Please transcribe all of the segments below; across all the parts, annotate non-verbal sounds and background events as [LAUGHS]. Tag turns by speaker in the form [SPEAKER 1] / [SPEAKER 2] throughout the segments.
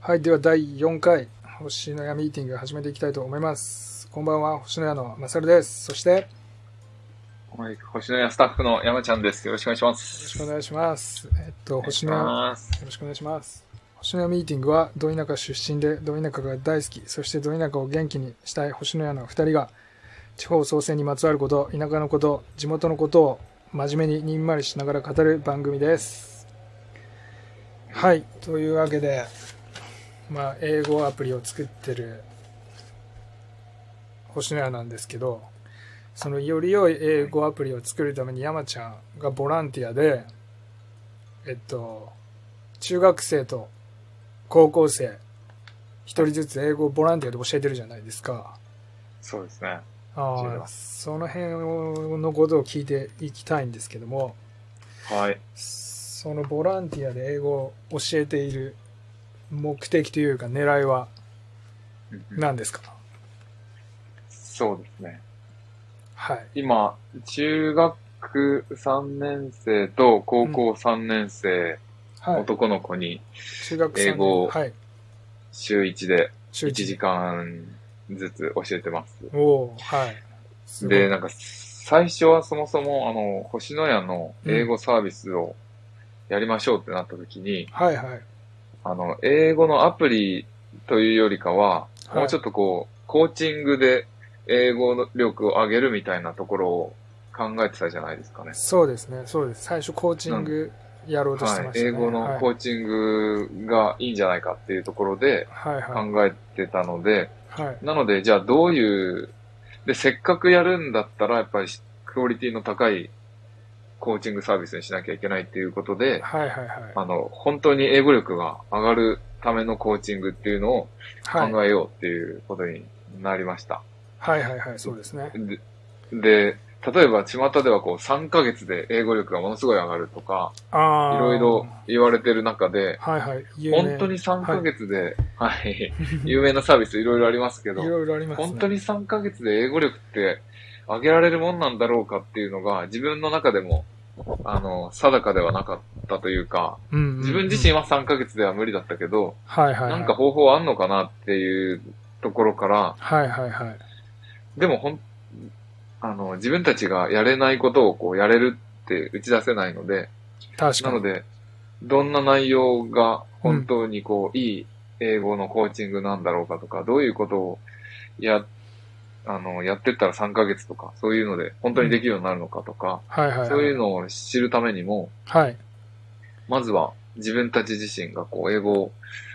[SPEAKER 1] はい、では第4回、星のやミーティング始めていきたいと思います。こんばんは、星のやのまさるです。そして、よ
[SPEAKER 2] はい、星のやスタッフの山ちゃんです。よろしくお願いします。
[SPEAKER 1] ろしくお願いします。えっと、星の
[SPEAKER 2] お願いし
[SPEAKER 1] や、よ
[SPEAKER 2] ます。
[SPEAKER 1] ろしくお願いします。星のやミーティングは、ど田舎出身で、ど田舎が大好き、そしてど田舎を元気にしたい星のやの2人が、地方創生にまつわること、田舎のこと、地元のことを真面目ににんまりしながら語る番組です。はい、というわけで、まあ、英語アプリを作ってる星野屋なんですけど、そのより良い英語アプリを作るために山ちゃんがボランティアで、えっと、中学生と高校生、一人ずつ英語をボランティアで教えてるじゃないですか。
[SPEAKER 2] そうですね。
[SPEAKER 1] あ
[SPEAKER 2] 違い
[SPEAKER 1] あ
[SPEAKER 2] ま
[SPEAKER 1] その辺のことを聞いていきたいんですけども
[SPEAKER 2] はい。
[SPEAKER 1] そのボランティアで英語を教えている目的というか狙いは
[SPEAKER 2] うんうん
[SPEAKER 1] 何ですか、
[SPEAKER 2] そうですね。
[SPEAKER 1] はい
[SPEAKER 2] 今、中学3年生と高校3年
[SPEAKER 1] は
[SPEAKER 2] 生、
[SPEAKER 1] い
[SPEAKER 2] 男の子に
[SPEAKER 1] 中学生
[SPEAKER 2] 英語を
[SPEAKER 1] はい
[SPEAKER 2] 週1で
[SPEAKER 1] 中
[SPEAKER 2] 1時間ずつ教えてます。
[SPEAKER 1] おおーはいすごい
[SPEAKER 2] で、なんか、最初はそもそも、あの、星のやの英語サービスをやりましょうってなった時に、
[SPEAKER 1] はいはい
[SPEAKER 2] あの、英語のアプリというよりかは、
[SPEAKER 1] はい
[SPEAKER 2] もうちょっとこう、コーチングで英語力を上げるみたいなところを考えてたじゃないですかね。
[SPEAKER 1] そうですねそうです最初コーチングやろうとして
[SPEAKER 2] は
[SPEAKER 1] ま
[SPEAKER 2] い。
[SPEAKER 1] したね、
[SPEAKER 2] 英語のコ
[SPEAKER 1] ーチ
[SPEAKER 2] ーチングがいいんじゃないかっていうところで
[SPEAKER 1] はいはい
[SPEAKER 2] 考えてたので、
[SPEAKER 1] はい
[SPEAKER 2] なので、じゃあどういう、で、せっかくやるんだったら、やっぱりクオリティの高いコーチングサービスにしなきゃいけないっていうことで、
[SPEAKER 1] はいはいはい
[SPEAKER 2] あの、本当に英語力が上がるためのコーチングっていうのを
[SPEAKER 1] はい
[SPEAKER 2] 考えようっていうことになりました。
[SPEAKER 1] はいはいはいそうですね
[SPEAKER 2] で、で例えば巷ではこう3ヶ月で英語力がものすごい上がるとか、い
[SPEAKER 1] ああ
[SPEAKER 2] ろいろ言われてる中で、
[SPEAKER 1] はいはい有名
[SPEAKER 2] 本当に3ヶ月で、はい、有名なサービスいろいろありますけ
[SPEAKER 1] い
[SPEAKER 2] ど、
[SPEAKER 1] ろいろありますね。
[SPEAKER 2] 本当に3ヶ月で英語力って上げられるもんなんだろうかっていうのが自分の中でも、あの、定かではなかったというか、
[SPEAKER 1] うんうんうん
[SPEAKER 2] 自分自身は3ヶ月では無理だったけど、
[SPEAKER 1] はいはいはい、
[SPEAKER 2] なんか方法あんのかなっていうところから、
[SPEAKER 1] はいはいはい。
[SPEAKER 2] でもほん、あの、自分たちがやれないことをこうやれるって打ち出せないので、
[SPEAKER 1] 確か
[SPEAKER 2] な
[SPEAKER 1] に。
[SPEAKER 2] ので、どんな内容が本当にこう、いい英語のコーチングなんだろうかとか、どういうことをや、あの、やってったら3ヶ月とか、そういうので本当にできるようになるのかとか、
[SPEAKER 1] はいはいはい。
[SPEAKER 2] そういうのを知るためにも、
[SPEAKER 1] はい。
[SPEAKER 2] まずは自分たち自身がこう、英語を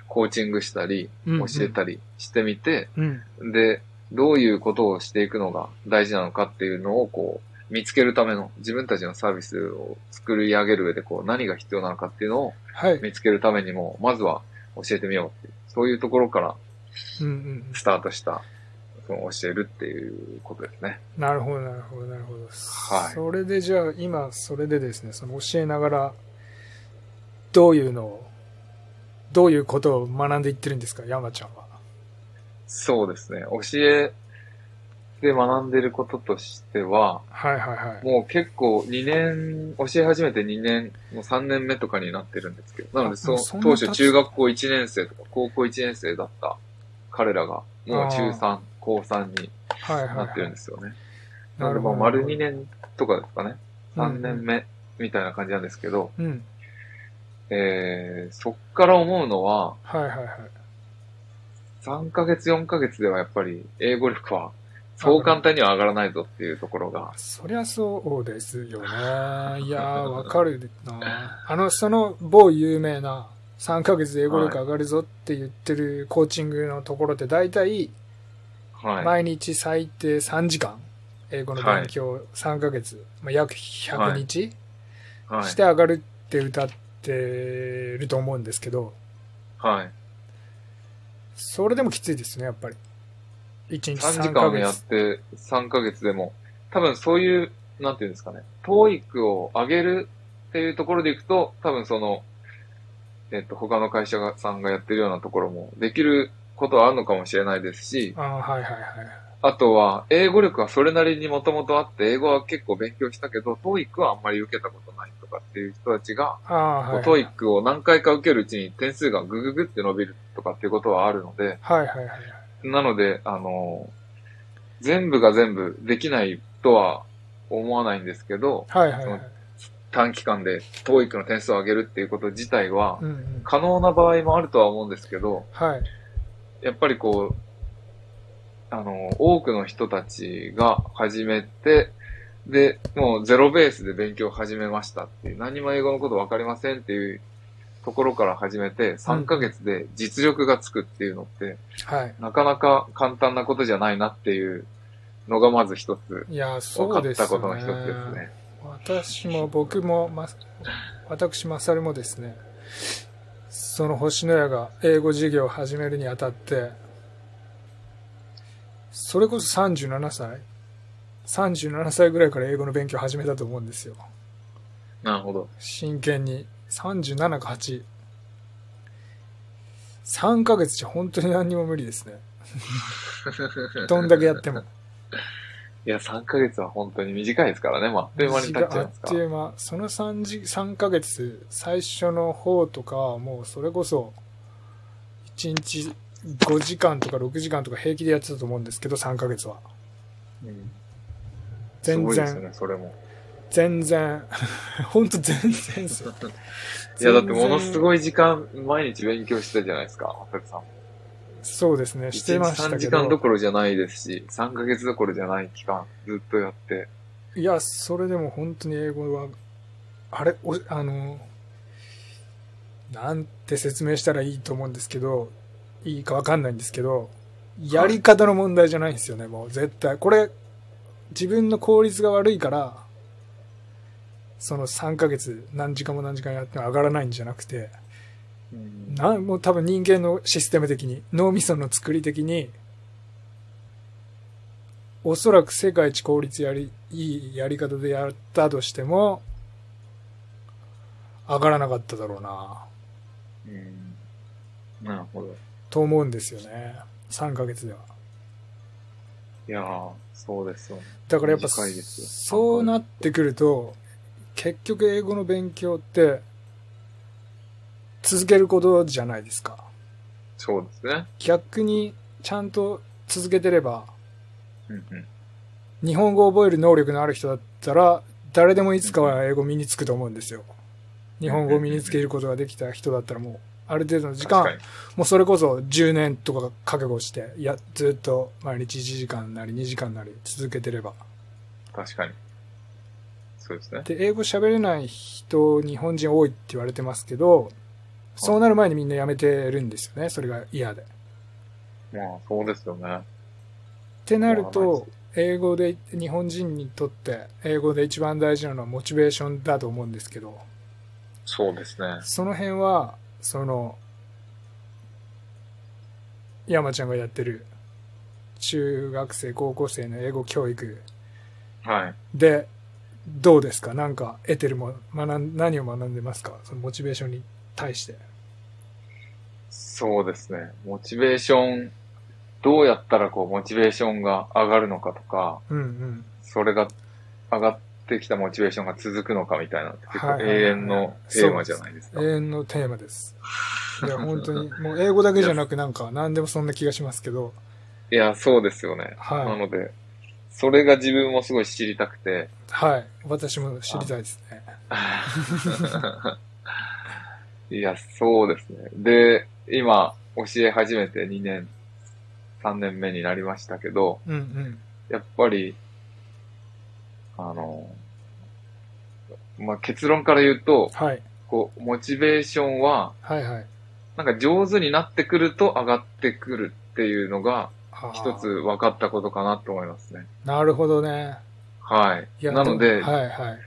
[SPEAKER 2] コーチングしたり、
[SPEAKER 1] うんうん
[SPEAKER 2] 教えたりしてみて、
[SPEAKER 1] うん。
[SPEAKER 2] で、どういうことをしていくのが大事なのかっていうのをこう、見つけるための、自分たちのサービスを作り上げる上でこう、何が必要なのかっていうのを
[SPEAKER 1] はい。
[SPEAKER 2] 見つけるためにも、まずは教えてみようっていう、そういうところから
[SPEAKER 1] うんうん。
[SPEAKER 2] スタートした、その教えるっていうことですね。
[SPEAKER 1] なるほど、なるほど、なるほど。
[SPEAKER 2] はい
[SPEAKER 1] それでじゃあ、今、それでですね、その教えながら、どういうのを、どういうことを学んでいってるんですか、山ちゃんは。
[SPEAKER 2] そうですね。教えで学んでることとしては、
[SPEAKER 1] はいはいはい。
[SPEAKER 2] もう結構2年、教え始めて2年、もう3年目とかになってるんですけど、なの
[SPEAKER 1] あ
[SPEAKER 2] でそ
[SPEAKER 1] もうそんな
[SPEAKER 2] 当
[SPEAKER 1] 経
[SPEAKER 2] 初
[SPEAKER 1] つ
[SPEAKER 2] 中学校1年生とか高校1年生だった彼らが、もう中3、高3に
[SPEAKER 1] はいはい、
[SPEAKER 2] なってるん
[SPEAKER 1] は
[SPEAKER 2] ですよね。
[SPEAKER 1] い。
[SPEAKER 2] なのでもう
[SPEAKER 1] なる
[SPEAKER 2] 丸
[SPEAKER 1] ほど
[SPEAKER 2] 2年とかですかね。3年。目みたいな感じなんですけど、
[SPEAKER 1] うんうん、うん。
[SPEAKER 2] えー、そっから思うのは、
[SPEAKER 1] はいはいはい。
[SPEAKER 2] 3ヶ月、4ヶ月ではやっぱり英語力はそう簡単には上がらないぞっていうところが、
[SPEAKER 1] そりゃそうですよ
[SPEAKER 2] [LAUGHS]
[SPEAKER 1] ね。いやー、わかるな。あの、その某有名な3ヶ月で英語力上がるぞって言ってるコーチングのところって大体
[SPEAKER 2] はい。
[SPEAKER 1] 毎日最低3時間英語の勉強3ヶ月、まあ、約100日
[SPEAKER 2] は
[SPEAKER 1] して上がるって歌ってると思うんですけど、
[SPEAKER 2] い。はい。
[SPEAKER 1] それでもきついですね、やっぱり。1日
[SPEAKER 2] 3
[SPEAKER 1] 3
[SPEAKER 2] 時
[SPEAKER 1] ヶ
[SPEAKER 2] 間やっ
[SPEAKER 1] 月。
[SPEAKER 2] て3ヶ月でも、多分そういう、なんていうんですかね、TOEIC を上げるっていうところでいくと、多分その、えっと、他の会社がさんがやってるようなところもできることはあるのかもしれないですし、
[SPEAKER 1] ああ、はいはいはい。
[SPEAKER 2] あとは、英語力はそれなりにもともとあって、英語は結構勉強したけど、TOEIC はあんまり受けたことないとかっていう人たちが、
[SPEAKER 1] ああ、はい。
[SPEAKER 2] TOEIC を何回か受けるうちに点数がグググって伸びるとかっていうことはあるので、
[SPEAKER 1] はいはいはい。
[SPEAKER 2] なので、あの、全部が全部できないとは思わないんですけど、
[SPEAKER 1] はいはいはい。
[SPEAKER 2] 短期間で TOEIC の点数を上げるっていうこと自体は
[SPEAKER 1] うんうん。
[SPEAKER 2] 可能な場合もあるとは思うんですけど、
[SPEAKER 1] はい。
[SPEAKER 2] やっぱりこう、あの、多くの人たちが始めて、で、もうゼロベースで勉強を始めましたっていう、何も英語のことわかりませんっていうところから始めて、3ヶ月で実力がつくっていうのって、
[SPEAKER 1] はい。
[SPEAKER 2] なかなか簡単なことじゃないなっていうのがまず一つ、
[SPEAKER 1] いや、
[SPEAKER 2] 分
[SPEAKER 1] そ
[SPEAKER 2] か
[SPEAKER 1] うで
[SPEAKER 2] っ
[SPEAKER 1] すね。
[SPEAKER 2] たことの一つですね。
[SPEAKER 1] 私も僕も、ま、私マサルもですねその星のやが英語授業を始めるにあたってそれこそ37歳37歳ぐらいから英語の勉強を始めたと思うんですよ
[SPEAKER 2] なるほど。
[SPEAKER 1] 真剣に37か83ヶ月じゃ本当に何にも無理ですねどんだけやっても
[SPEAKER 2] いや、3ヶ月は本当に短いですからね、まあ、あっという間に経っちゃいます
[SPEAKER 1] あっ
[SPEAKER 2] か
[SPEAKER 1] と
[SPEAKER 2] ら
[SPEAKER 1] い。う間その 3, 時3ヶ月最初の方とかはもうそれこそ1日5時間とか6時間とか平気でやってたと思うんですけど3ヶ月は
[SPEAKER 2] うんす
[SPEAKER 1] 全
[SPEAKER 2] ごいです
[SPEAKER 1] 然、
[SPEAKER 2] よね、それも。
[SPEAKER 1] 全然 [LAUGHS] 本当全然ですよ
[SPEAKER 2] いや、だってものす
[SPEAKER 1] い
[SPEAKER 2] ごい時間、毎日勉強してたじゃないですか、マサルさん。
[SPEAKER 1] そうですねしてまし
[SPEAKER 2] 1
[SPEAKER 1] た
[SPEAKER 2] 日3
[SPEAKER 1] け
[SPEAKER 2] 時間ど
[SPEAKER 1] ど
[SPEAKER 2] ころじゃないですし、3ヶ月どころじゃない期間、ずっとやって。
[SPEAKER 1] いやそれでも本当に英語はあれおあのなんて説明したらいいと思うんですけどいいかわかんないんですけどやり方の問題じゃないんですよねもう絶対これ自分の効率が悪いからその3ヶ月何時間も何時間やっても上がらないんじゃなくてなもう多分人間のシステム的に脳みその作り的におそらく世界一効率やりいいやり方でやったとしても上がらなかっただろうな
[SPEAKER 2] うんなるほど。
[SPEAKER 1] と思うんですよね3ヶ月ではい
[SPEAKER 2] やー、そうですよね。
[SPEAKER 1] だからやっぱ
[SPEAKER 2] 短いですよ
[SPEAKER 1] そうなってくると結局英語の勉強って続けることじゃないですか
[SPEAKER 2] そうですね。
[SPEAKER 1] 逆にちゃんと続けてれば
[SPEAKER 2] うんうん。
[SPEAKER 1] 日本語を覚える能力のある人だったら誰でもいつかは英語身につくと思うんですよ日本語を身につけることができた人だったらもうある程度の時間
[SPEAKER 2] 確か
[SPEAKER 1] もうそれこそ10年とか覚悟していやずっと毎日1時間なり2時間なり続けてれば
[SPEAKER 2] に。確かに。そうですね。
[SPEAKER 1] で英語喋れない人日本人多いって言われてますけどそうなる前にみんなやめてるんですよねそれが嫌で
[SPEAKER 2] まあ、そうですよね。
[SPEAKER 1] ってなる
[SPEAKER 2] まあま
[SPEAKER 1] と英語で日本人にとって英語で一番大事なのはモチベーションだと思うんですけど
[SPEAKER 2] そうですね。
[SPEAKER 1] その辺はその山ちゃんがやってる中学生高校生の英語教育
[SPEAKER 2] はい。
[SPEAKER 1] でどうですかなんか得てるもの学ん何を学んでますかそのモチベーションに対して
[SPEAKER 2] そうですね。モチベーション、どうやったらこう、モチベーションが上がるのかとか、
[SPEAKER 1] うんうん
[SPEAKER 2] それが上がってきたモチベーションが続くのかみたいなのって結
[SPEAKER 1] は
[SPEAKER 2] 構
[SPEAKER 1] い
[SPEAKER 2] 永遠のテーマじゃないですか。
[SPEAKER 1] 永遠のテーマ
[SPEAKER 2] [LAUGHS]
[SPEAKER 1] ですいや本当にもう英語だけじゃなくなんか何でもそんな気がしますけど
[SPEAKER 2] いや、そうですよね。
[SPEAKER 1] はい
[SPEAKER 2] なので、それが自分もすごい知りたくて、
[SPEAKER 1] はい私も知りたいですね
[SPEAKER 2] いや、そうですね。で、今、教え始めて2年、3年目になりましたけど、
[SPEAKER 1] うんうん
[SPEAKER 2] やっぱり、あの、まあ、結論から言うと、
[SPEAKER 1] はい
[SPEAKER 2] こう、モチベーションは、
[SPEAKER 1] はいはい
[SPEAKER 2] なんか上手になってくると上がってくるっていうのが、
[SPEAKER 1] あー
[SPEAKER 2] 一つ分かったことかなと思いますね。
[SPEAKER 1] なるほどね
[SPEAKER 2] はい。
[SPEAKER 1] いや
[SPEAKER 2] なので、
[SPEAKER 1] もはいはい。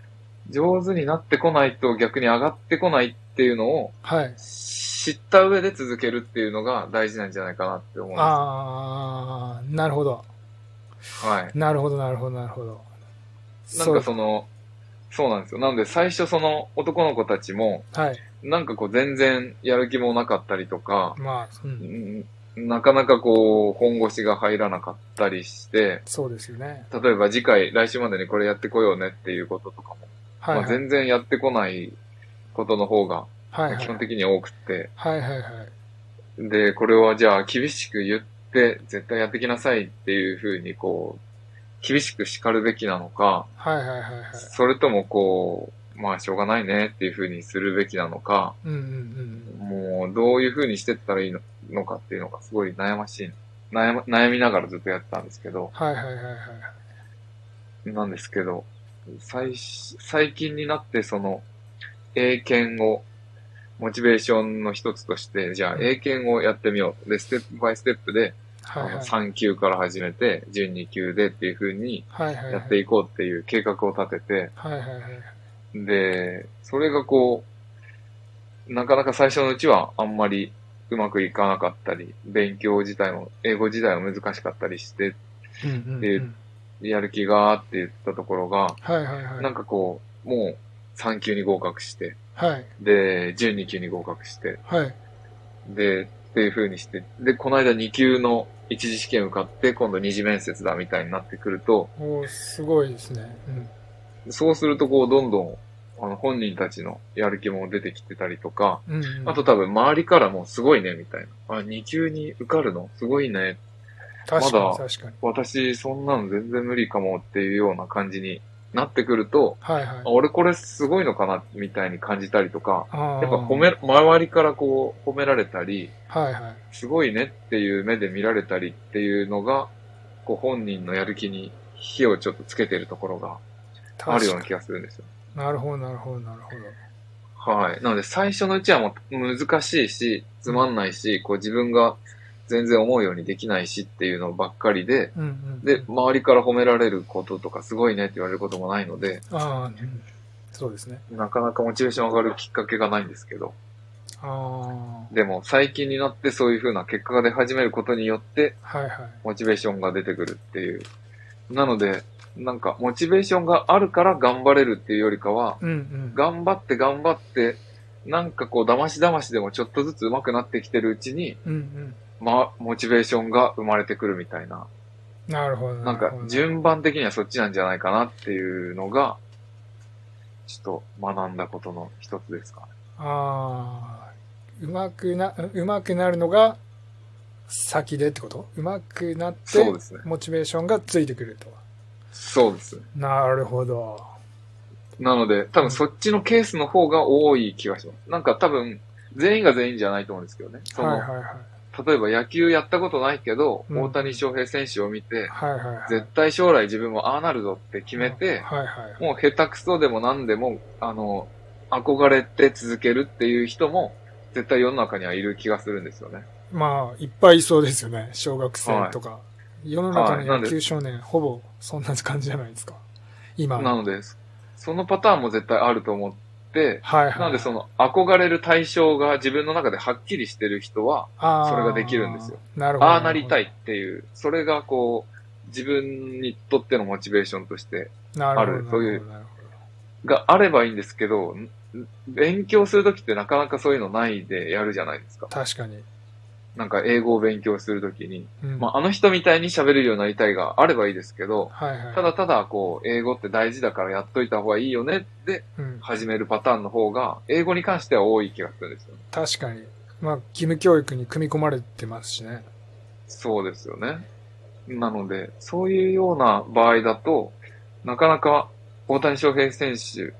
[SPEAKER 2] 上手になってこないと逆に上がってこないっていうのを
[SPEAKER 1] はい。
[SPEAKER 2] 知った上で続けるっていうのが大事なんじゃないかなって思うんで
[SPEAKER 1] あー、なるほど。
[SPEAKER 2] す。はい。
[SPEAKER 1] なるほど、なるほど、なるほど。
[SPEAKER 2] なんかその、そうなんですよ。なので最初その男の子たちも、
[SPEAKER 1] そうはい。
[SPEAKER 2] なんかこう全然やる気もなかったりとか、
[SPEAKER 1] まあ、う。
[SPEAKER 2] うんんなかなかこう、本腰が入らなかったりして、
[SPEAKER 1] そうですよね。
[SPEAKER 2] 例えば次回、来週までにこれやってこようねっていうこととかも、
[SPEAKER 1] はい、
[SPEAKER 2] ま
[SPEAKER 1] は
[SPEAKER 2] あ、
[SPEAKER 1] い。
[SPEAKER 2] 全然やってこないことの方が、
[SPEAKER 1] はいはい
[SPEAKER 2] 基本的には多くって、
[SPEAKER 1] はいはいはい。
[SPEAKER 2] で、これはじゃあ厳しく言って、絶対やってきなさいっていうふうにこう、厳しく叱るべきなのか、
[SPEAKER 1] はいはいはいはい。
[SPEAKER 2] それともこう、まあしょうがないねっていうふうにするべきなのか、
[SPEAKER 1] うんうんうん。
[SPEAKER 2] もうどういうふうにしてったらいいののかっていうのがすごい悩ましい。悩ま悩みながらずっとやってたんですけど、
[SPEAKER 1] はいはいはいはい。
[SPEAKER 2] なんですけど、最し、最近になってその、英検を、モチベーションの一つとして、じゃあ
[SPEAKER 1] うん
[SPEAKER 2] 英検をやってみよう。で、ステップバイステップで、
[SPEAKER 1] はいはい。
[SPEAKER 2] あの3級から始めて、12級でっていう風に
[SPEAKER 1] はいはいはい。
[SPEAKER 2] やっていこうっていう計画を立てて、
[SPEAKER 1] はいはいはい。
[SPEAKER 2] で、それがこう、なかなか最初のうちはあんまりうまくいかなかったり、勉強自体も、英語自体も難しかったりして、
[SPEAKER 1] うんうん
[SPEAKER 2] で
[SPEAKER 1] うん。
[SPEAKER 2] やる気がーって言ったところが、
[SPEAKER 1] はいはいはい。
[SPEAKER 2] なんかこう、もう3級に合格して、
[SPEAKER 1] はい
[SPEAKER 2] で、12級に合格して、
[SPEAKER 1] はい。
[SPEAKER 2] で、っていう風にして、で、この間2級の一次試験受かって、今度二次面接だみたいになってくると、
[SPEAKER 1] おーすごいですね。うん。
[SPEAKER 2] そうするとこう、どんどん、あの、本人たちのやる気も出てきてたりとか、
[SPEAKER 1] うんうん、
[SPEAKER 2] あと多分周りからもすごいね、みたいな。あ、2級に受かるのすごいね。
[SPEAKER 1] 確かに
[SPEAKER 2] まだ
[SPEAKER 1] 確かに。
[SPEAKER 2] 私、そんなの全然無理かもっていうような感じになってくると、
[SPEAKER 1] はいはい
[SPEAKER 2] あ。俺これすごいのかな、みたいに感じたりとか、
[SPEAKER 1] や
[SPEAKER 2] やっぱ褒め、周りからこう、褒められたり、
[SPEAKER 1] はいはい。
[SPEAKER 2] すごいねっていう目で見られたりっていうのが、こう、本人のやる気に火をちょっとつけてるところがあるような気がするんですよ。
[SPEAKER 1] 確かになるほど、なるほど、なるほど。
[SPEAKER 2] はい。なので最初のうちはもう難しいし、つまんないし、こう自分が全然思うようにできないしっていうのばっかりで、
[SPEAKER 1] うんうん。
[SPEAKER 2] で、周りから褒められることとかすごいねって言われることもないので、
[SPEAKER 1] ああ、うんそうですね。
[SPEAKER 2] なかなかモチベーション上がるきっかけがないんですけど、
[SPEAKER 1] あ
[SPEAKER 2] でも最近になってそういう風な結果が出始めることによって、
[SPEAKER 1] あ、はいはい。
[SPEAKER 2] モチベーションが出てくるっていう。なので、なんか、モチベーションがあるから頑張れるっていうよりかは、
[SPEAKER 1] うんうん。
[SPEAKER 2] 頑張って頑張って、なんかこう、騙し騙しでもちょっとずつ上手くなってきてるうちに、
[SPEAKER 1] うんうん。
[SPEAKER 2] ま、モチベーションが生まれてくるみたいな。
[SPEAKER 1] なるほど。
[SPEAKER 2] なん
[SPEAKER 1] る
[SPEAKER 2] か
[SPEAKER 1] ほど、
[SPEAKER 2] 順番的にはそっちなんじゃないかなっていうのが、ちょっと学んだことの一つですかね。
[SPEAKER 1] ああ、うまくな、うまくなるのが先でってことうまくなって、
[SPEAKER 2] そうですね。
[SPEAKER 1] モチベーションがついてくると。
[SPEAKER 2] そうですね。
[SPEAKER 1] なるほど。
[SPEAKER 2] なので、多分そっちのケースの方が多い気がします。なんか多分、全員が全員じゃないと思うんですけどね。その
[SPEAKER 1] はいはいはい。
[SPEAKER 2] 例えば野球やったことないけど、
[SPEAKER 1] うん
[SPEAKER 2] 大谷翔平選手を見て、
[SPEAKER 1] はいはいはい。
[SPEAKER 2] 絶対将来自分もああなるぞって決めて、
[SPEAKER 1] はいはいはい。
[SPEAKER 2] もう下手くそでも何でも、あの、憧れて続けるっていう人も、絶対世の中にはいる気がするんですよね。
[SPEAKER 1] まあ、いっぱいいそうですよね。小学生とか。世の中の野球少年、ほぼそんな感じじゃないですか。今。
[SPEAKER 2] なので、そそのパターンも絶対あると思って、
[SPEAKER 1] はいはい。
[SPEAKER 2] なのでその憧れる対象が自分の中ではっきりしてる人は、
[SPEAKER 1] あー
[SPEAKER 2] それができるんですよ。
[SPEAKER 1] なるほど。
[SPEAKER 2] ああなりたい。っていう、それがこう、自分にとってのモチベーションとして、
[SPEAKER 1] なるほど。
[SPEAKER 2] あるそういう
[SPEAKER 1] なるほ
[SPEAKER 2] があればいいんですけど、ん勉強するときってなかなかそういうのないでやるじゃないですか
[SPEAKER 1] ど。。確かに。
[SPEAKER 2] なんか英語を勉強するときに、
[SPEAKER 1] うん。
[SPEAKER 2] [LAUGHS] まあ、あの人みたいに喋れるようになりたいがあればいいですけど、
[SPEAKER 1] はいはい。
[SPEAKER 2] た、だただこう、英語って大事だからやっといた方がいいよねって
[SPEAKER 1] うん、
[SPEAKER 2] 始めるパターンの方が、英語に関しては多い気がするんですよね。
[SPEAKER 1] 確かに。まあ、義務教育に組み込まれてますしね。
[SPEAKER 2] そうですよね。なので、そういうような場合だと、なかなか大谷翔平選手、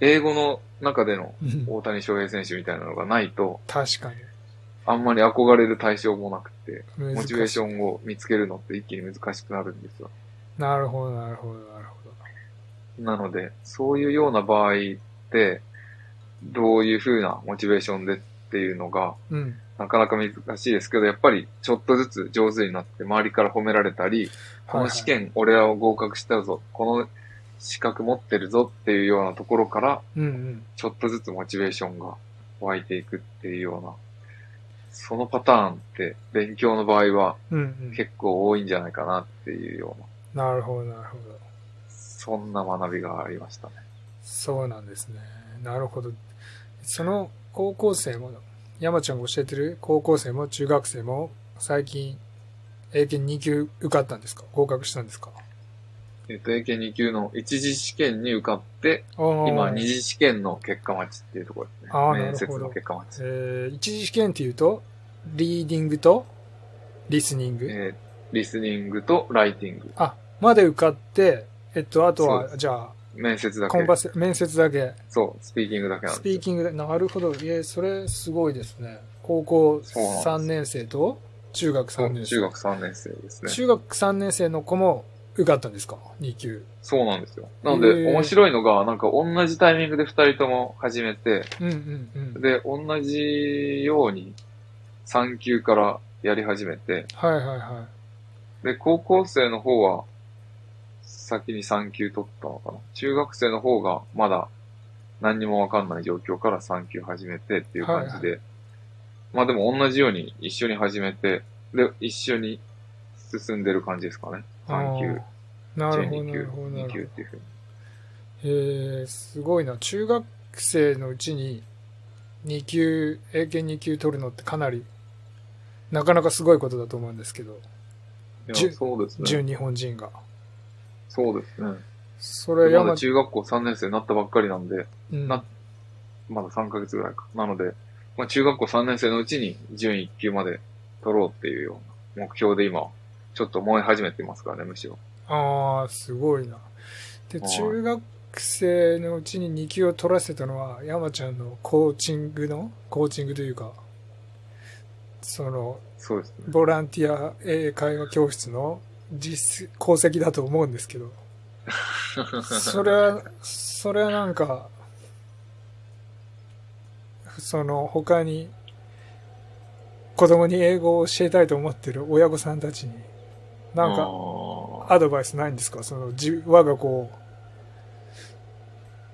[SPEAKER 2] 英語の中での
[SPEAKER 1] うん
[SPEAKER 2] 大谷翔平選手みたいなのがないと、
[SPEAKER 1] 確かに。
[SPEAKER 2] あんまり憧れる対象もなくて、
[SPEAKER 1] 難しい
[SPEAKER 2] モチベーションを見つけるのって一気に難しくなるんですよ。
[SPEAKER 1] なるほど、なるほど、なるほど。
[SPEAKER 2] なので、そういうような場合って、どういう風なモチベーションでっていうのが、
[SPEAKER 1] うん。
[SPEAKER 2] なかなか難しいですけど、やっぱりちょっとずつ上手になって、周りから褒められたり、この試
[SPEAKER 1] はい
[SPEAKER 2] 験、俺らを合格したぞ、この資格持ってるぞっていうようなところから、
[SPEAKER 1] はい。うんうん。
[SPEAKER 2] ちょっとずつモチベーションが湧いていくっていうような、そのパターンって勉強の場合は
[SPEAKER 1] うんうん。
[SPEAKER 2] 結構多いんじゃないかなっていうような、
[SPEAKER 1] なるほど、なるほど。
[SPEAKER 2] そんな学びがありましたね。
[SPEAKER 1] そうなんですね。なるほど。その高校生も、山ちゃんが教えてる高校生も中学生も、最近、英検2級受かったんですか合格したんですか
[SPEAKER 2] えっと、英検2級の一次試験に受かって、今
[SPEAKER 1] 今
[SPEAKER 2] 二次試験の結果待ちっていうところですね。
[SPEAKER 1] あーなるほど
[SPEAKER 2] 面接の結果待ち。
[SPEAKER 1] えー一次試験っていうと、リーディングとリスニング。
[SPEAKER 2] えーリスニングとライティング。
[SPEAKER 1] あ、まで受かって、えっと、あと
[SPEAKER 2] そう
[SPEAKER 1] は、じゃあ、
[SPEAKER 2] 面接だけ
[SPEAKER 1] コ。ンパス、面接だけ、
[SPEAKER 2] そう、スピーキングだけなん
[SPEAKER 1] ス
[SPEAKER 2] です
[SPEAKER 1] ピー
[SPEAKER 2] よ。
[SPEAKER 1] キングだなるほど。いえ、それすごいですね。高校
[SPEAKER 2] そうなんです
[SPEAKER 1] 3年生と中学
[SPEAKER 2] そ
[SPEAKER 1] 3
[SPEAKER 2] う
[SPEAKER 1] 年
[SPEAKER 2] 中
[SPEAKER 1] 生。
[SPEAKER 2] 学3年生ですね。
[SPEAKER 1] 中学3年生の子も受かったんですか ?2 級。
[SPEAKER 2] そうなんですよ。なの
[SPEAKER 1] へ
[SPEAKER 2] で、
[SPEAKER 1] ー
[SPEAKER 2] 面白いのが、なんか同じタイミングで2人とも始めて、
[SPEAKER 1] うんうんうん。
[SPEAKER 2] で、同じように3級からやり始めて、
[SPEAKER 1] はいはいは
[SPEAKER 2] で、高校生の方は先に3級取ったのかな。中学生の方がまだ何にもわかんない状況から3級始めてっていう感じで、まあでも同じように一緒に始めて、で、一緒に進んでる感じですかね。
[SPEAKER 1] い。
[SPEAKER 2] 3級、
[SPEAKER 1] あー。なるほど、
[SPEAKER 2] 12
[SPEAKER 1] な
[SPEAKER 2] 級
[SPEAKER 1] るほど、、な
[SPEAKER 2] 2級っ
[SPEAKER 1] る
[SPEAKER 2] ていうふうに。
[SPEAKER 1] ほど。えー、すごいな。中学生のうちに2級、英検2級取るのってかなり、なかなかすごいことだと思うんですけど、
[SPEAKER 2] いや
[SPEAKER 1] じゅ
[SPEAKER 2] そうですね。
[SPEAKER 1] 純日本人が。
[SPEAKER 2] そうですね。
[SPEAKER 1] それ
[SPEAKER 2] ま
[SPEAKER 1] 山
[SPEAKER 2] だ、中学校3年生になったばっかりなんで、
[SPEAKER 1] うん、
[SPEAKER 2] なまだ3ヶ月ぐらいか。なので、まあ、中学校3年生のうちに準1級まで取ろうっていうような目標で今、ちょっと燃え始めてますからね、むしろ。
[SPEAKER 1] ああ、すごいな。で、
[SPEAKER 2] はい
[SPEAKER 1] 中学生のうちに2級を取らせたのは、山ちゃんのコーチングの、コーチングというか、その、
[SPEAKER 2] そうですね。
[SPEAKER 1] ボランティア英会話教室の実、功績だと思うんですけど、それは、それはなんか、その、他に、子供に英語を教えたいと思ってる親御さんたちに、なんか
[SPEAKER 2] あ、ー
[SPEAKER 1] アドバイスないんですかそのじ我が子を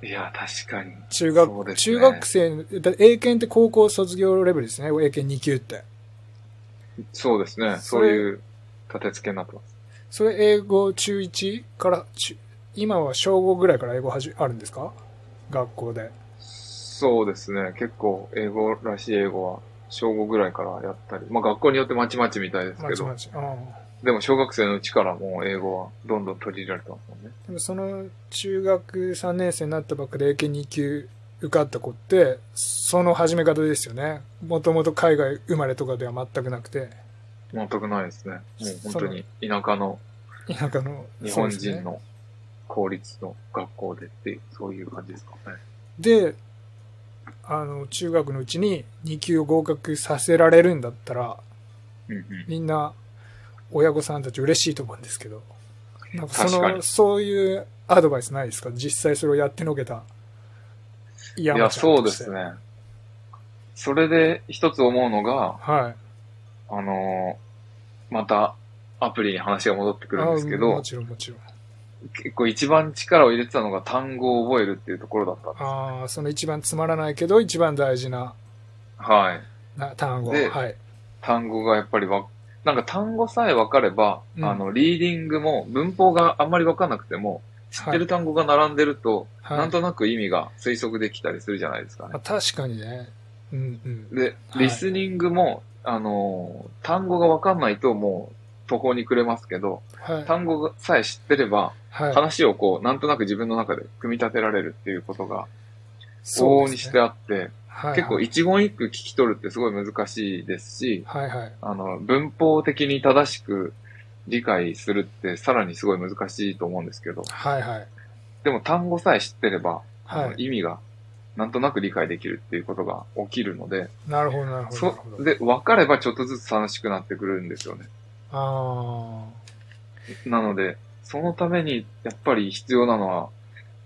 [SPEAKER 2] いや、確かに。
[SPEAKER 1] 中
[SPEAKER 2] そう
[SPEAKER 1] 学、
[SPEAKER 2] ですね
[SPEAKER 1] 中学生だ英検って高校卒業レベルですね英検2級って
[SPEAKER 2] そうですね。
[SPEAKER 1] そ
[SPEAKER 2] そう
[SPEAKER 1] れ
[SPEAKER 2] いう立て付けになってます。
[SPEAKER 1] それ英語中1から中今は小5ぐらいから英語はじあるんですか学校で
[SPEAKER 2] そうですね。結構、英語らしい英語は、小5ぐらいからやったり、まあ学校によってまちまちみたいです
[SPEAKER 1] ま
[SPEAKER 2] け
[SPEAKER 1] ちま
[SPEAKER 2] ど、
[SPEAKER 1] ち、うん、
[SPEAKER 2] でも小学生のうちからもう英語はどんどん取り入れられてますもんね。
[SPEAKER 1] でもその中学3年生になったばっかで英検2級受かった子ってその始め方ですよねもともと海外生まれとかでは全くなくて
[SPEAKER 2] 全くないですね。もう本当に田舎の
[SPEAKER 1] 田舎の
[SPEAKER 2] 日
[SPEAKER 1] そう
[SPEAKER 2] 本
[SPEAKER 1] ですね
[SPEAKER 2] 人の公立の学校でっていう、そういう感じですかね。
[SPEAKER 1] で、あの、中学のうちに2級を合格させられるんだったら、
[SPEAKER 2] うんうん。
[SPEAKER 1] みんな、親御さんたち嬉しいと思うんですけど、なんかそ
[SPEAKER 2] 確か
[SPEAKER 1] の、
[SPEAKER 2] に
[SPEAKER 1] そういうアドバイスないですか実際それをやってのけた。い
[SPEAKER 2] いや、そうです。ね。それで一つ思うのが、
[SPEAKER 1] はい。
[SPEAKER 2] あのーまたアプリに話が戻ってくるんですけ
[SPEAKER 1] あも
[SPEAKER 2] ど、
[SPEAKER 1] ちろんもちろん。
[SPEAKER 2] 結構一番力を入れてたのが単語を覚えるっていうところだったんです。
[SPEAKER 1] ああ、その一番つまらないけど、一番大事な
[SPEAKER 2] はい。
[SPEAKER 1] な単語。は
[SPEAKER 2] で
[SPEAKER 1] い。
[SPEAKER 2] 単語がやっぱりわ、なんか単語さえ分かれば、
[SPEAKER 1] うん
[SPEAKER 2] あの、リーディングも文法があんまり分かんなくても、知ってる単語が並んでると、
[SPEAKER 1] はい
[SPEAKER 2] なんとなく意味が推測できたりするじゃないですかね
[SPEAKER 1] まあ、。確かにね。うんうん。
[SPEAKER 2] で、
[SPEAKER 1] はい
[SPEAKER 2] リスニングも、あのー、単語がわかんないともう途方に暮れますけど、
[SPEAKER 1] はい。
[SPEAKER 2] 単語さえ知ってれば、
[SPEAKER 1] はい。
[SPEAKER 2] 話をこう、なんとなく自分の中で組み立てられるっていうことが、往
[SPEAKER 1] そう
[SPEAKER 2] 々
[SPEAKER 1] で
[SPEAKER 2] に
[SPEAKER 1] す
[SPEAKER 2] し
[SPEAKER 1] ね
[SPEAKER 2] てあって、
[SPEAKER 1] はいはい
[SPEAKER 2] 結構一言一句聞き取るってすごい難しいですし、
[SPEAKER 1] はいはい。
[SPEAKER 2] あの、文法的に正しく理解するってさらにすごい難しいと思うんですけど、
[SPEAKER 1] はいはい。
[SPEAKER 2] でも単語さえ知ってれば、あ
[SPEAKER 1] は
[SPEAKER 2] の
[SPEAKER 1] い。
[SPEAKER 2] 意味がなんとなく理解できるっていうことが起きるので、
[SPEAKER 1] なるほど、なるほど。なる
[SPEAKER 2] そ
[SPEAKER 1] ほど
[SPEAKER 2] う。で、分かればちょっとずつ楽しくなってくるんですよね。
[SPEAKER 1] あ
[SPEAKER 2] なので、そのためにやっぱり必要なのは、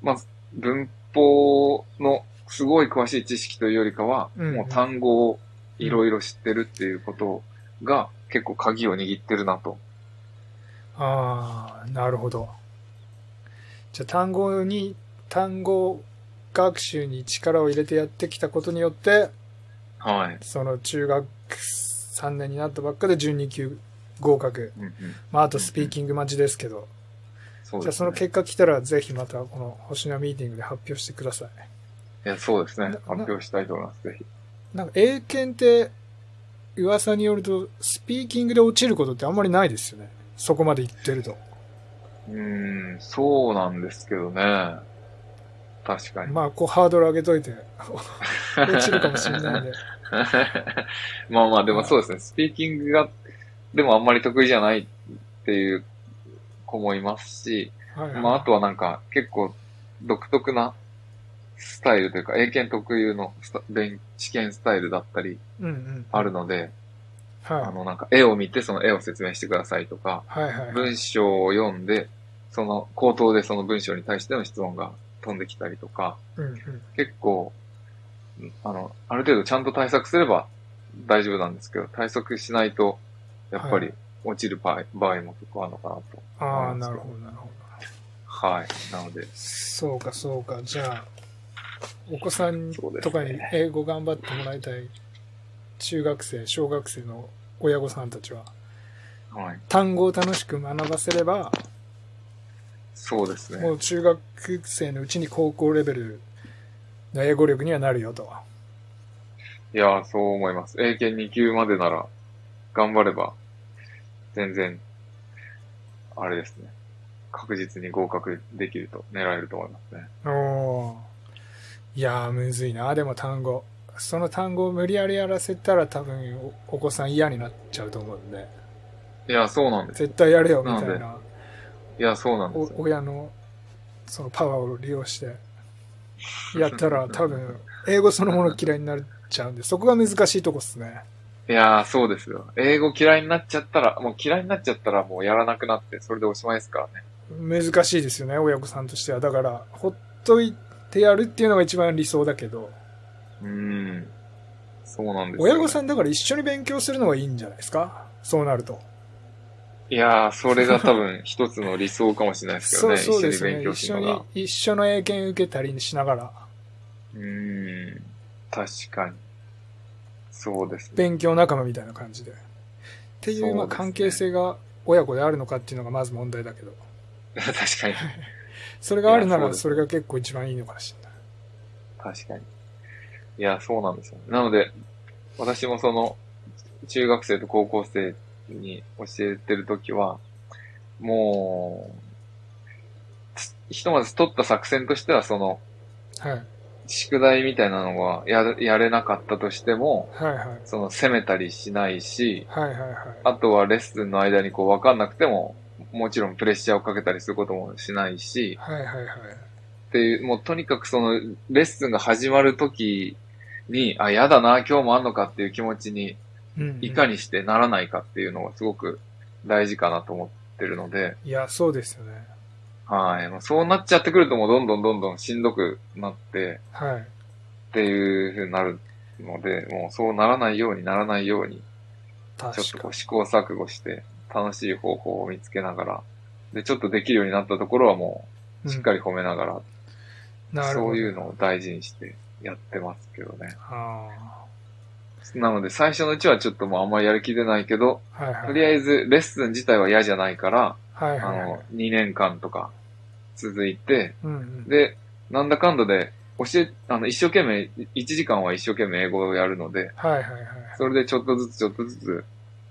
[SPEAKER 2] まず文法のすごい詳しい知識というよりかは、
[SPEAKER 1] うんうん
[SPEAKER 2] もう単語をいろいろ知ってるっていうことが結構鍵を握ってるなと。
[SPEAKER 1] あ、ああ、なるほど。じゃあ単語に、単語学習に力を入れてやってきたことによって、
[SPEAKER 2] はい。
[SPEAKER 1] その中学3年になったばっかで12級合格。
[SPEAKER 2] うんうん、
[SPEAKER 1] まああとスピーキング待ちですけど、
[SPEAKER 2] そう
[SPEAKER 1] じゃ
[SPEAKER 2] で
[SPEAKER 1] あそ
[SPEAKER 2] す
[SPEAKER 1] の
[SPEAKER 2] ね。
[SPEAKER 1] 結果来たらぜひまたこの星のミーティングで発表してください。
[SPEAKER 2] いやそうですね
[SPEAKER 1] な。
[SPEAKER 2] 発表したいと思います。ぜひ。
[SPEAKER 1] なんか英検って噂によると、スピーキングで落ちることってあんまりないですよね。そこまで行ってると。
[SPEAKER 2] うーん、そうなんですけどね。確かに。
[SPEAKER 1] まあ、こう、ハードル上げといて、落ちるかもしれないん
[SPEAKER 2] [LAUGHS]
[SPEAKER 1] で。
[SPEAKER 2] まあまあ、でもそうですね。スピーキングが、でもあんまり得意じゃないっていう子もいますし、
[SPEAKER 1] はい、はい。
[SPEAKER 2] まああとはなんか結構独特なスタイルというか、英検特有のスタ勉試験スタイルだったり
[SPEAKER 1] うんうん。
[SPEAKER 2] あるので、
[SPEAKER 1] はい。
[SPEAKER 2] あのなんか絵を見てその絵を説明してくださいとか、
[SPEAKER 1] はいはいはい。
[SPEAKER 2] 文章を読んで、その口頭でその文章に対しての質問が飛んできたりとか、
[SPEAKER 1] うんうん。
[SPEAKER 2] 結構、うんあの、ある程度ちゃんと対策すれば大丈夫なんですけど、対策しないと、やっぱ
[SPEAKER 1] は
[SPEAKER 2] り落ちる場合,、場合も結構あるのかなと。
[SPEAKER 1] ああ、なるほど、なるほど。
[SPEAKER 2] はい。なので、
[SPEAKER 1] そうか、そうか。じゃあ、お子さん
[SPEAKER 2] そうですね
[SPEAKER 1] とかに英語頑張ってもらいたい中学生、小学生の親御さんたちは、
[SPEAKER 2] はい。
[SPEAKER 1] 単語を楽しく学ばせれば、
[SPEAKER 2] そうですね
[SPEAKER 1] も。う中学生のうちに高校レベルの英語力にはなるよと。
[SPEAKER 2] いやー、そう思います。英検2級までなら、頑張れば、全然、あれですね。確実に合格できると、狙えると思いますね。
[SPEAKER 1] おーいやー、むずいな。でも単語。その単語を無理やりやらせたら多分おお子さん嫌になっちゃうと思うんで、
[SPEAKER 2] いやー、そうなんです。
[SPEAKER 1] 絶対やれよみた
[SPEAKER 2] ないんで
[SPEAKER 1] な。
[SPEAKER 2] いやー、そうなんですよ。
[SPEAKER 1] お親のそのパワーを利用してやったら多分英語そのもの嫌いになっちゃうんでそこが難しいとこっすね
[SPEAKER 2] いやー、そうですよ。英語嫌いになっちゃったら、もう嫌いになっちゃったらもうやらなくなって、それでおしまいですからね。
[SPEAKER 1] 難しいですよね親御さんとしてはだからほっといてやるっていうのが一番理想だけど
[SPEAKER 2] うーん。そうなんですよ、ね。
[SPEAKER 1] 親御さんだから一緒に勉強するのがいいんじゃないですかそうなると
[SPEAKER 2] いやー、それが多分一つの理想かもしれないですけど
[SPEAKER 1] そう
[SPEAKER 2] ね。
[SPEAKER 1] そうで
[SPEAKER 2] 一
[SPEAKER 1] す
[SPEAKER 2] 緒に
[SPEAKER 1] ね
[SPEAKER 2] 勉強
[SPEAKER 1] 一
[SPEAKER 2] する
[SPEAKER 1] 緒
[SPEAKER 2] のが。
[SPEAKER 1] に一緒の英検受けたりしながら
[SPEAKER 2] うーん。確かに。そうですね。
[SPEAKER 1] 勉強仲間みたいな感じでっていうまあ
[SPEAKER 2] そうですね
[SPEAKER 1] 関係性が親子であるのかっていうのがまず問題だけど
[SPEAKER 2] [LAUGHS] 確かに。
[SPEAKER 1] それがあるない
[SPEAKER 2] やそう
[SPEAKER 1] ら
[SPEAKER 2] です
[SPEAKER 1] それが結構一番いいのかもしれない
[SPEAKER 2] 確かに。いやー、そうなんですよ、ね。なので、私もその、中学生と高校生に教えてるときは、もう、つひとまず取った作戦としては、その、
[SPEAKER 1] はい、
[SPEAKER 2] 宿題みたいなのはやるやれなかったとしても、
[SPEAKER 1] はいはい
[SPEAKER 2] その責めたりしないし、
[SPEAKER 1] はいはいはい
[SPEAKER 2] あとはレッスンの間にこう分かんなくても、もちろんプレッシャーをかけたりすることもしないし、
[SPEAKER 1] はいはいはい
[SPEAKER 2] っていう、もうとにかくそのレッスンが始まるときに、あ、やだな、今日もあんのかっていう気持ちに、
[SPEAKER 1] うんうん
[SPEAKER 2] いかにしてならないかっていうのがすごく大事かなと思ってるので、
[SPEAKER 1] いやそうですよね
[SPEAKER 2] はい。まあそうなっちゃってくるともうどんどんどんどんしんどくなって、
[SPEAKER 1] はい
[SPEAKER 2] っていう風になるので、もうそうならないようにならないように、ちょっ
[SPEAKER 1] 確
[SPEAKER 2] とこ
[SPEAKER 1] か
[SPEAKER 2] う試行錯誤して、楽しい方法を見つけながら、で、ちょっとできるようになったところはもう、
[SPEAKER 1] に
[SPEAKER 2] しっかり褒めなが
[SPEAKER 1] な
[SPEAKER 2] ら、
[SPEAKER 1] るほど
[SPEAKER 2] そういうのを大事にしてやってますけどね。
[SPEAKER 1] あ
[SPEAKER 2] なので、最初のうちはちょっともうあんまりやる気出ないけど、
[SPEAKER 1] ーはいはい
[SPEAKER 2] とりあえずレッスン自体は嫌じゃないから、
[SPEAKER 1] はい
[SPEAKER 2] あ
[SPEAKER 1] はいはい
[SPEAKER 2] の、2年間とか続いて、
[SPEAKER 1] うんうん
[SPEAKER 2] で、なんだかんだで、教え、あの、一生懸命、1時間は一生懸命英語をやるので、
[SPEAKER 1] はいはいはい
[SPEAKER 2] それでちょっとずつちょっとずつ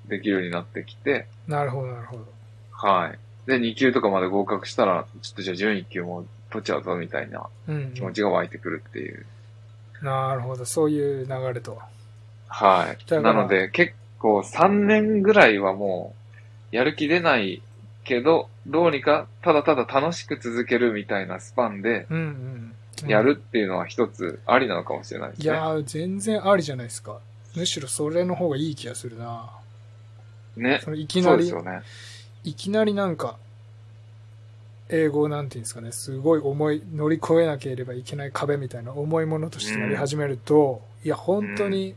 [SPEAKER 2] できるようになってきて、
[SPEAKER 1] なるほどなるほど
[SPEAKER 2] はい。で、2級とかまで合格したら、ちょっとじゃあ準1級も取っちゃうぞみたいな
[SPEAKER 1] うんうん
[SPEAKER 2] 気持ちが湧いてくるっていう。
[SPEAKER 1] なるほどそういう流れと
[SPEAKER 2] はい。
[SPEAKER 1] だから
[SPEAKER 2] なので、結構3年ぐらいはもう、やる気出ないけど、どうにかただただ楽しく続けるみたいなスパンで、
[SPEAKER 1] うんうんうん
[SPEAKER 2] やるっていうのは一つありなのかもしれないで
[SPEAKER 1] い
[SPEAKER 2] すね。
[SPEAKER 1] やー全然ありじゃないですかむしろそれの方がいい気がするな
[SPEAKER 2] ね。
[SPEAKER 1] そのいき
[SPEAKER 2] そ
[SPEAKER 1] な
[SPEAKER 2] うです
[SPEAKER 1] り
[SPEAKER 2] よね。
[SPEAKER 1] いきなりなんか、英語をなんていうんですかね、すごい重い、乗り越えなければいけない壁みたいな重いものとしてやり始めると、いや、本当に、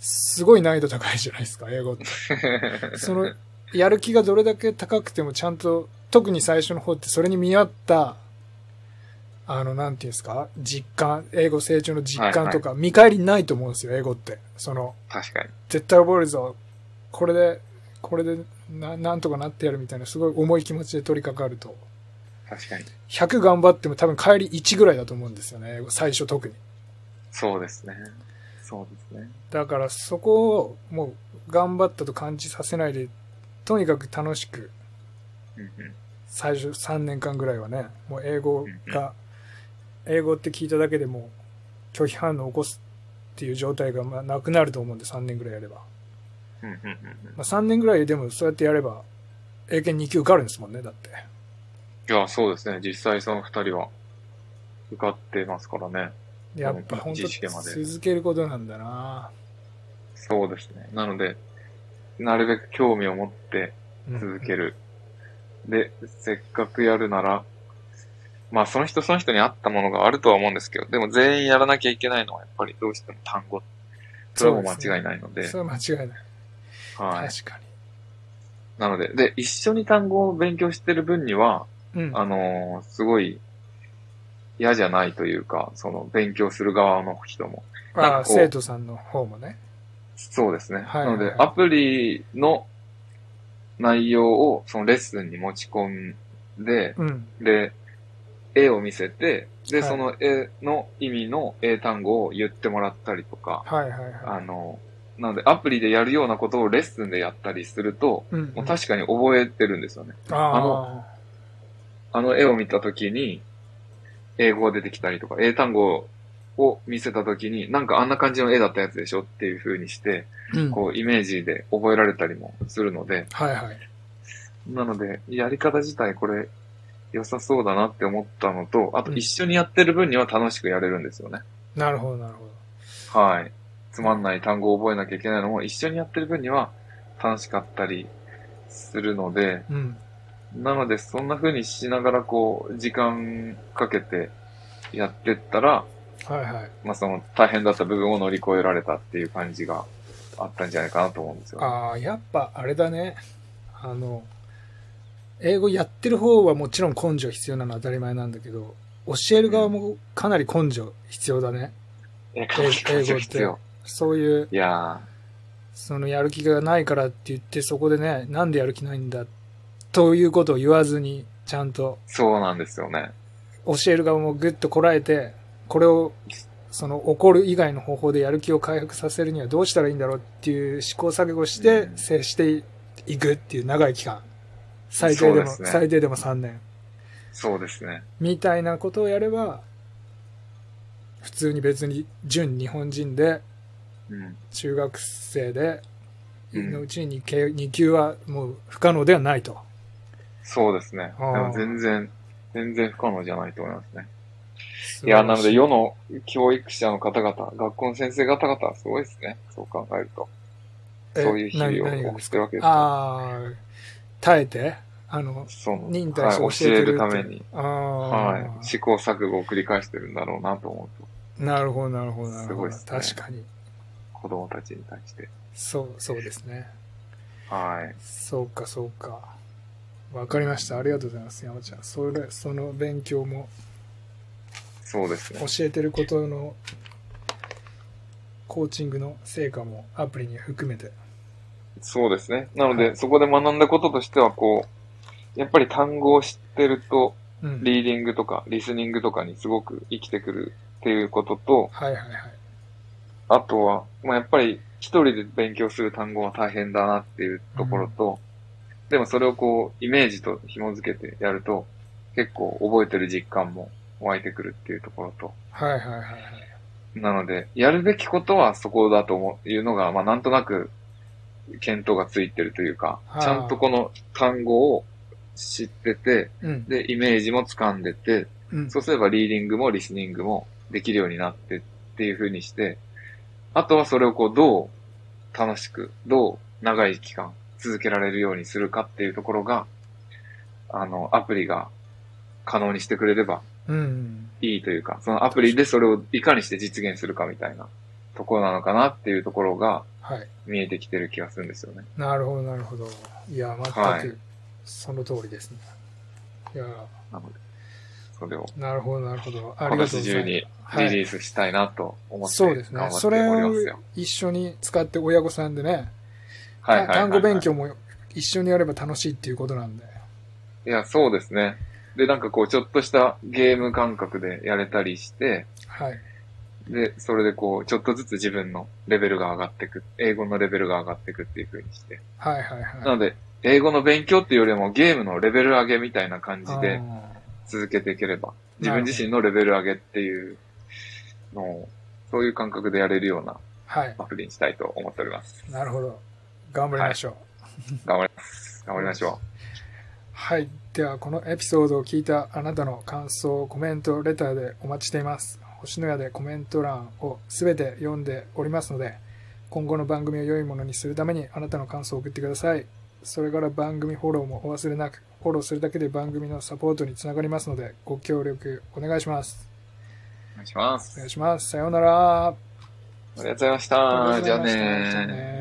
[SPEAKER 1] すごい難易度高いじゃないですか、英語って。その、やる気がどれだけ高くてもちゃんと、特に最初の方ってそれに見合った、あの、なんていうんですか、実感、英語成長の実感とか、見返りないと思うんですよ、英語って。その、
[SPEAKER 2] [LAUGHS] 確かに。
[SPEAKER 1] 絶対覚えるぞこれでこれでななんとかなってやるみたいなすごい重い気持ちで取り掛かると
[SPEAKER 2] 確かに。
[SPEAKER 1] 100頑張っても多分帰り1ぐらいだと思うんですよね最初特に
[SPEAKER 2] そうですね。そうですね。
[SPEAKER 1] だからそこをもう頑張ったと感じさせないで、とにかく楽しく、
[SPEAKER 2] うんうん。
[SPEAKER 1] 最初3年間ぐらいはね、もう英語が、英語って聞いただけでもう拒否反応を起こすっていう状態がまあなくなると思うんで3年ぐらいやれば。
[SPEAKER 2] うんうんうんうん。
[SPEAKER 1] まあ、3年ぐらいでもそうやってやれば英検2級受かるんですもんね、だって。
[SPEAKER 2] いや、そうですね。実際その二人は受かってますからね。
[SPEAKER 1] やっぱ本当
[SPEAKER 2] 自主権まで
[SPEAKER 1] 続けることなんだな、
[SPEAKER 2] そうですね。なので、なるべく興味を持って
[SPEAKER 1] うん
[SPEAKER 2] 続ける。で、せっかくやるなら、まあその人その人に合ったものがあるとは思うんですけど、でも全員やらなきゃいけないのはやっぱりどうしても単語。それはもう間違いないので、
[SPEAKER 1] それは間違いない。
[SPEAKER 2] はい。
[SPEAKER 1] 確か
[SPEAKER 2] なので、で、一緒に単語を勉強してる分には、
[SPEAKER 1] に。うん。
[SPEAKER 2] あのーすごい嫌じゃないというか、その勉強する側の人も。なん
[SPEAKER 1] あ
[SPEAKER 2] か
[SPEAKER 1] あ
[SPEAKER 2] こう
[SPEAKER 1] 生徒さんの方もね。
[SPEAKER 2] そうですね。
[SPEAKER 1] はい
[SPEAKER 2] なので
[SPEAKER 1] は、い
[SPEAKER 2] アプリの内容をそのレッスンに持ち込んで、
[SPEAKER 1] うん。
[SPEAKER 2] で、絵を見せて、で、
[SPEAKER 1] はい
[SPEAKER 2] その絵の意味の英単語を言ってもらったりとか、
[SPEAKER 1] はいはいはい。
[SPEAKER 2] あの、なので、アプリでやるようなことをレッスンでやったりすると、
[SPEAKER 1] うんうん
[SPEAKER 2] もう確かに覚えてるんですよね。
[SPEAKER 1] あ
[SPEAKER 2] あのあの絵を見たときに、英語が出てきたりとか、英単語を見せたときに、なんかあんな感じの絵だったやつでしょっていう風にして、
[SPEAKER 1] ーうん
[SPEAKER 2] こう、イメージで覚えられたりもするので、
[SPEAKER 1] はいはい。
[SPEAKER 2] なので、やり方自体これ、良さそうだなって思ったのと、あと一緒にやってる分には楽しくやれるんですよね。
[SPEAKER 1] なるほどなるほど。
[SPEAKER 2] はい。つまんない単語を覚えなきゃいけないのも、一緒にやってる分には楽しかったりするので、
[SPEAKER 1] うん。
[SPEAKER 2] なので、そんな風にしながら、こう、時間かけてやってったら、
[SPEAKER 1] はいはい。
[SPEAKER 2] まあ、その、大変だった部分を乗り越えられたっていう感じがあったんじゃないかなと思うんですよ。
[SPEAKER 1] ああ、やっぱあれだね。あの、英語やってる方はもちろん根性必要なのは当たり前なんだけど、教える側もかなり根性必要だね。
[SPEAKER 2] 英
[SPEAKER 1] 英英語って。そういう、
[SPEAKER 2] いや
[SPEAKER 1] そのやる気がないからって言ってそこでね、なんでやる気ないんだということを言わずに、ちゃんと
[SPEAKER 2] ー、そうなんですよね。
[SPEAKER 1] 教える側もぐっとこらえて、これを、その怒る以外の方法でやる気を回復させるにはどうしたらいいんだろうっていう試行錯誤して
[SPEAKER 2] うん
[SPEAKER 1] 接していくっていう長い期間。最低でも、
[SPEAKER 2] そうですね
[SPEAKER 1] 最低でも3年。
[SPEAKER 2] そうですね。
[SPEAKER 1] みたいなことをやれば、普通に別に純日本人で、
[SPEAKER 2] うん。
[SPEAKER 1] 中学生で、
[SPEAKER 2] うん
[SPEAKER 1] のうちに 2, 2級はもう不可能ではないと。
[SPEAKER 2] そうですね。
[SPEAKER 1] あー
[SPEAKER 2] でも全然、全然不可能じゃないと思いますね。
[SPEAKER 1] 素晴ら
[SPEAKER 2] いや、
[SPEAKER 1] し
[SPEAKER 2] なので世の教育者の方々、学校の先生方々はすごいですね。そう考えると。
[SPEAKER 1] え
[SPEAKER 2] そういう日
[SPEAKER 1] 何
[SPEAKER 2] 々
[SPEAKER 1] 何
[SPEAKER 2] を
[SPEAKER 1] が
[SPEAKER 2] 送
[SPEAKER 1] で
[SPEAKER 2] っ
[SPEAKER 1] す
[SPEAKER 2] て
[SPEAKER 1] か
[SPEAKER 2] るわけですよ。
[SPEAKER 1] ああ、耐えて、あの、
[SPEAKER 2] そうなん
[SPEAKER 1] 忍耐
[SPEAKER 2] はい、
[SPEAKER 1] して
[SPEAKER 2] 教
[SPEAKER 1] 教え
[SPEAKER 2] え
[SPEAKER 1] てる
[SPEAKER 2] る
[SPEAKER 1] って
[SPEAKER 2] ために、
[SPEAKER 1] あ
[SPEAKER 2] は
[SPEAKER 1] あ
[SPEAKER 2] い、試行錯誤を繰り返してるんだろうなと思うと、
[SPEAKER 1] なるほど、なるほど、なる
[SPEAKER 2] す
[SPEAKER 1] ほど。
[SPEAKER 2] ごいっすね
[SPEAKER 1] 確かに。
[SPEAKER 2] 子供たちに対して。
[SPEAKER 1] そう、そうですね。
[SPEAKER 2] はい。
[SPEAKER 1] そうか、そうか。わかりました。ありがとうございます、山ちゃん。それ、その勉強も、
[SPEAKER 2] そうですね。
[SPEAKER 1] 教えてることの、コーチングの成果もアプリに含めて。
[SPEAKER 2] そうですね。なので、
[SPEAKER 1] はい
[SPEAKER 2] そこで学んだこととしては、こう、やっぱり単語を知ってると、
[SPEAKER 1] うん。
[SPEAKER 2] リーディングとか、リスニングとかにすごく生きてくるっていうことと、
[SPEAKER 1] はいはいはい。
[SPEAKER 2] あとは、まあ、やっぱり一人で勉強する単語は大変だなっていうところと、でもそれをこう、イメージと紐づけてやると、結構覚えてる実感も湧いてくるっていうところと、
[SPEAKER 1] はいはいはいはい。
[SPEAKER 2] なので、やるべきことはそこだと思ういうのが、まあ、なんとなく、検討がついてるというか
[SPEAKER 1] は、あ
[SPEAKER 2] ちゃんとこの単語を知ってて、
[SPEAKER 1] うん。
[SPEAKER 2] で、イメージも掴んでて、
[SPEAKER 1] うん
[SPEAKER 2] そうすればリーディングもリスニングもできるようになってっていう風にして、あとはそれをこうどう楽しく、どう長い期間続けられるようにするかっていうところが、あの、アプリが可能にしてくれれば
[SPEAKER 1] うん。
[SPEAKER 2] いいというか、そのアプリでそれをいかにして実現するかみたいなところなのかなっていうところが
[SPEAKER 1] はい。
[SPEAKER 2] 見えてきてる気がするんですよね。
[SPEAKER 1] なるほど、なるほど。いや、全く、
[SPEAKER 2] はい
[SPEAKER 1] その通りですね。いや、
[SPEAKER 2] なので、それを
[SPEAKER 1] なるほど、なるほど。あり
[SPEAKER 2] 今
[SPEAKER 1] がとう
[SPEAKER 2] 年
[SPEAKER 1] ござ
[SPEAKER 2] 中に
[SPEAKER 1] い
[SPEAKER 2] リ
[SPEAKER 1] ます。はい
[SPEAKER 2] リースしたいなと思って
[SPEAKER 1] そう
[SPEAKER 2] 頑張
[SPEAKER 1] で
[SPEAKER 2] っ
[SPEAKER 1] す
[SPEAKER 2] て
[SPEAKER 1] ね。そ
[SPEAKER 2] おり
[SPEAKER 1] れ
[SPEAKER 2] ま
[SPEAKER 1] を
[SPEAKER 2] すよ。
[SPEAKER 1] 一緒に使って親御さんでね、
[SPEAKER 2] はいはいはいはい
[SPEAKER 1] 単語勉強も一緒にやれば楽しいっていうことなんで。
[SPEAKER 2] いや、そうですね。で、なんかこう、ちょっとしたゲーム感覚でやれたりして、
[SPEAKER 1] はい。
[SPEAKER 2] で、それでこう、ちょっとずつ自分のレベルが上がってく、英語のレベルが上がってくっていう風にして。
[SPEAKER 1] はいはい
[SPEAKER 2] な
[SPEAKER 1] は
[SPEAKER 2] ので、英語の勉強っていうよりもゲームのレベル上げみたいな感じ
[SPEAKER 1] い。
[SPEAKER 2] で
[SPEAKER 1] あ
[SPEAKER 2] 続けていければ、
[SPEAKER 1] なる
[SPEAKER 2] 自
[SPEAKER 1] ほど
[SPEAKER 2] 分自身のレベル上げっていうのを、そういう感覚でやれるような
[SPEAKER 1] ーはい。
[SPEAKER 2] アプリにしたいと思っております。
[SPEAKER 1] なるほど。頑張りましょう。
[SPEAKER 2] 頑張ります。頑張りましょ
[SPEAKER 1] はい。では、このエピソードを聞いたあなたの感想、コメント、レターでお待ちしています。星のやでコメント欄をすべて読んでおりますので、今後の番組を良いものにするためにあなたの感想を送ってください。それから番組フォローもお忘れなく、フォローするだけで番組のサポートにつながりますので、ご協力お願いします。
[SPEAKER 2] う。お願いしま
[SPEAKER 1] お
[SPEAKER 2] す。あ
[SPEAKER 1] 願いします。さようなら。
[SPEAKER 2] りがとうございまし
[SPEAKER 1] あ
[SPEAKER 2] た。
[SPEAKER 1] り
[SPEAKER 2] じ
[SPEAKER 1] が
[SPEAKER 2] ゃ
[SPEAKER 1] と
[SPEAKER 2] あ
[SPEAKER 1] うございました
[SPEAKER 2] ね
[SPEAKER 1] じゃあね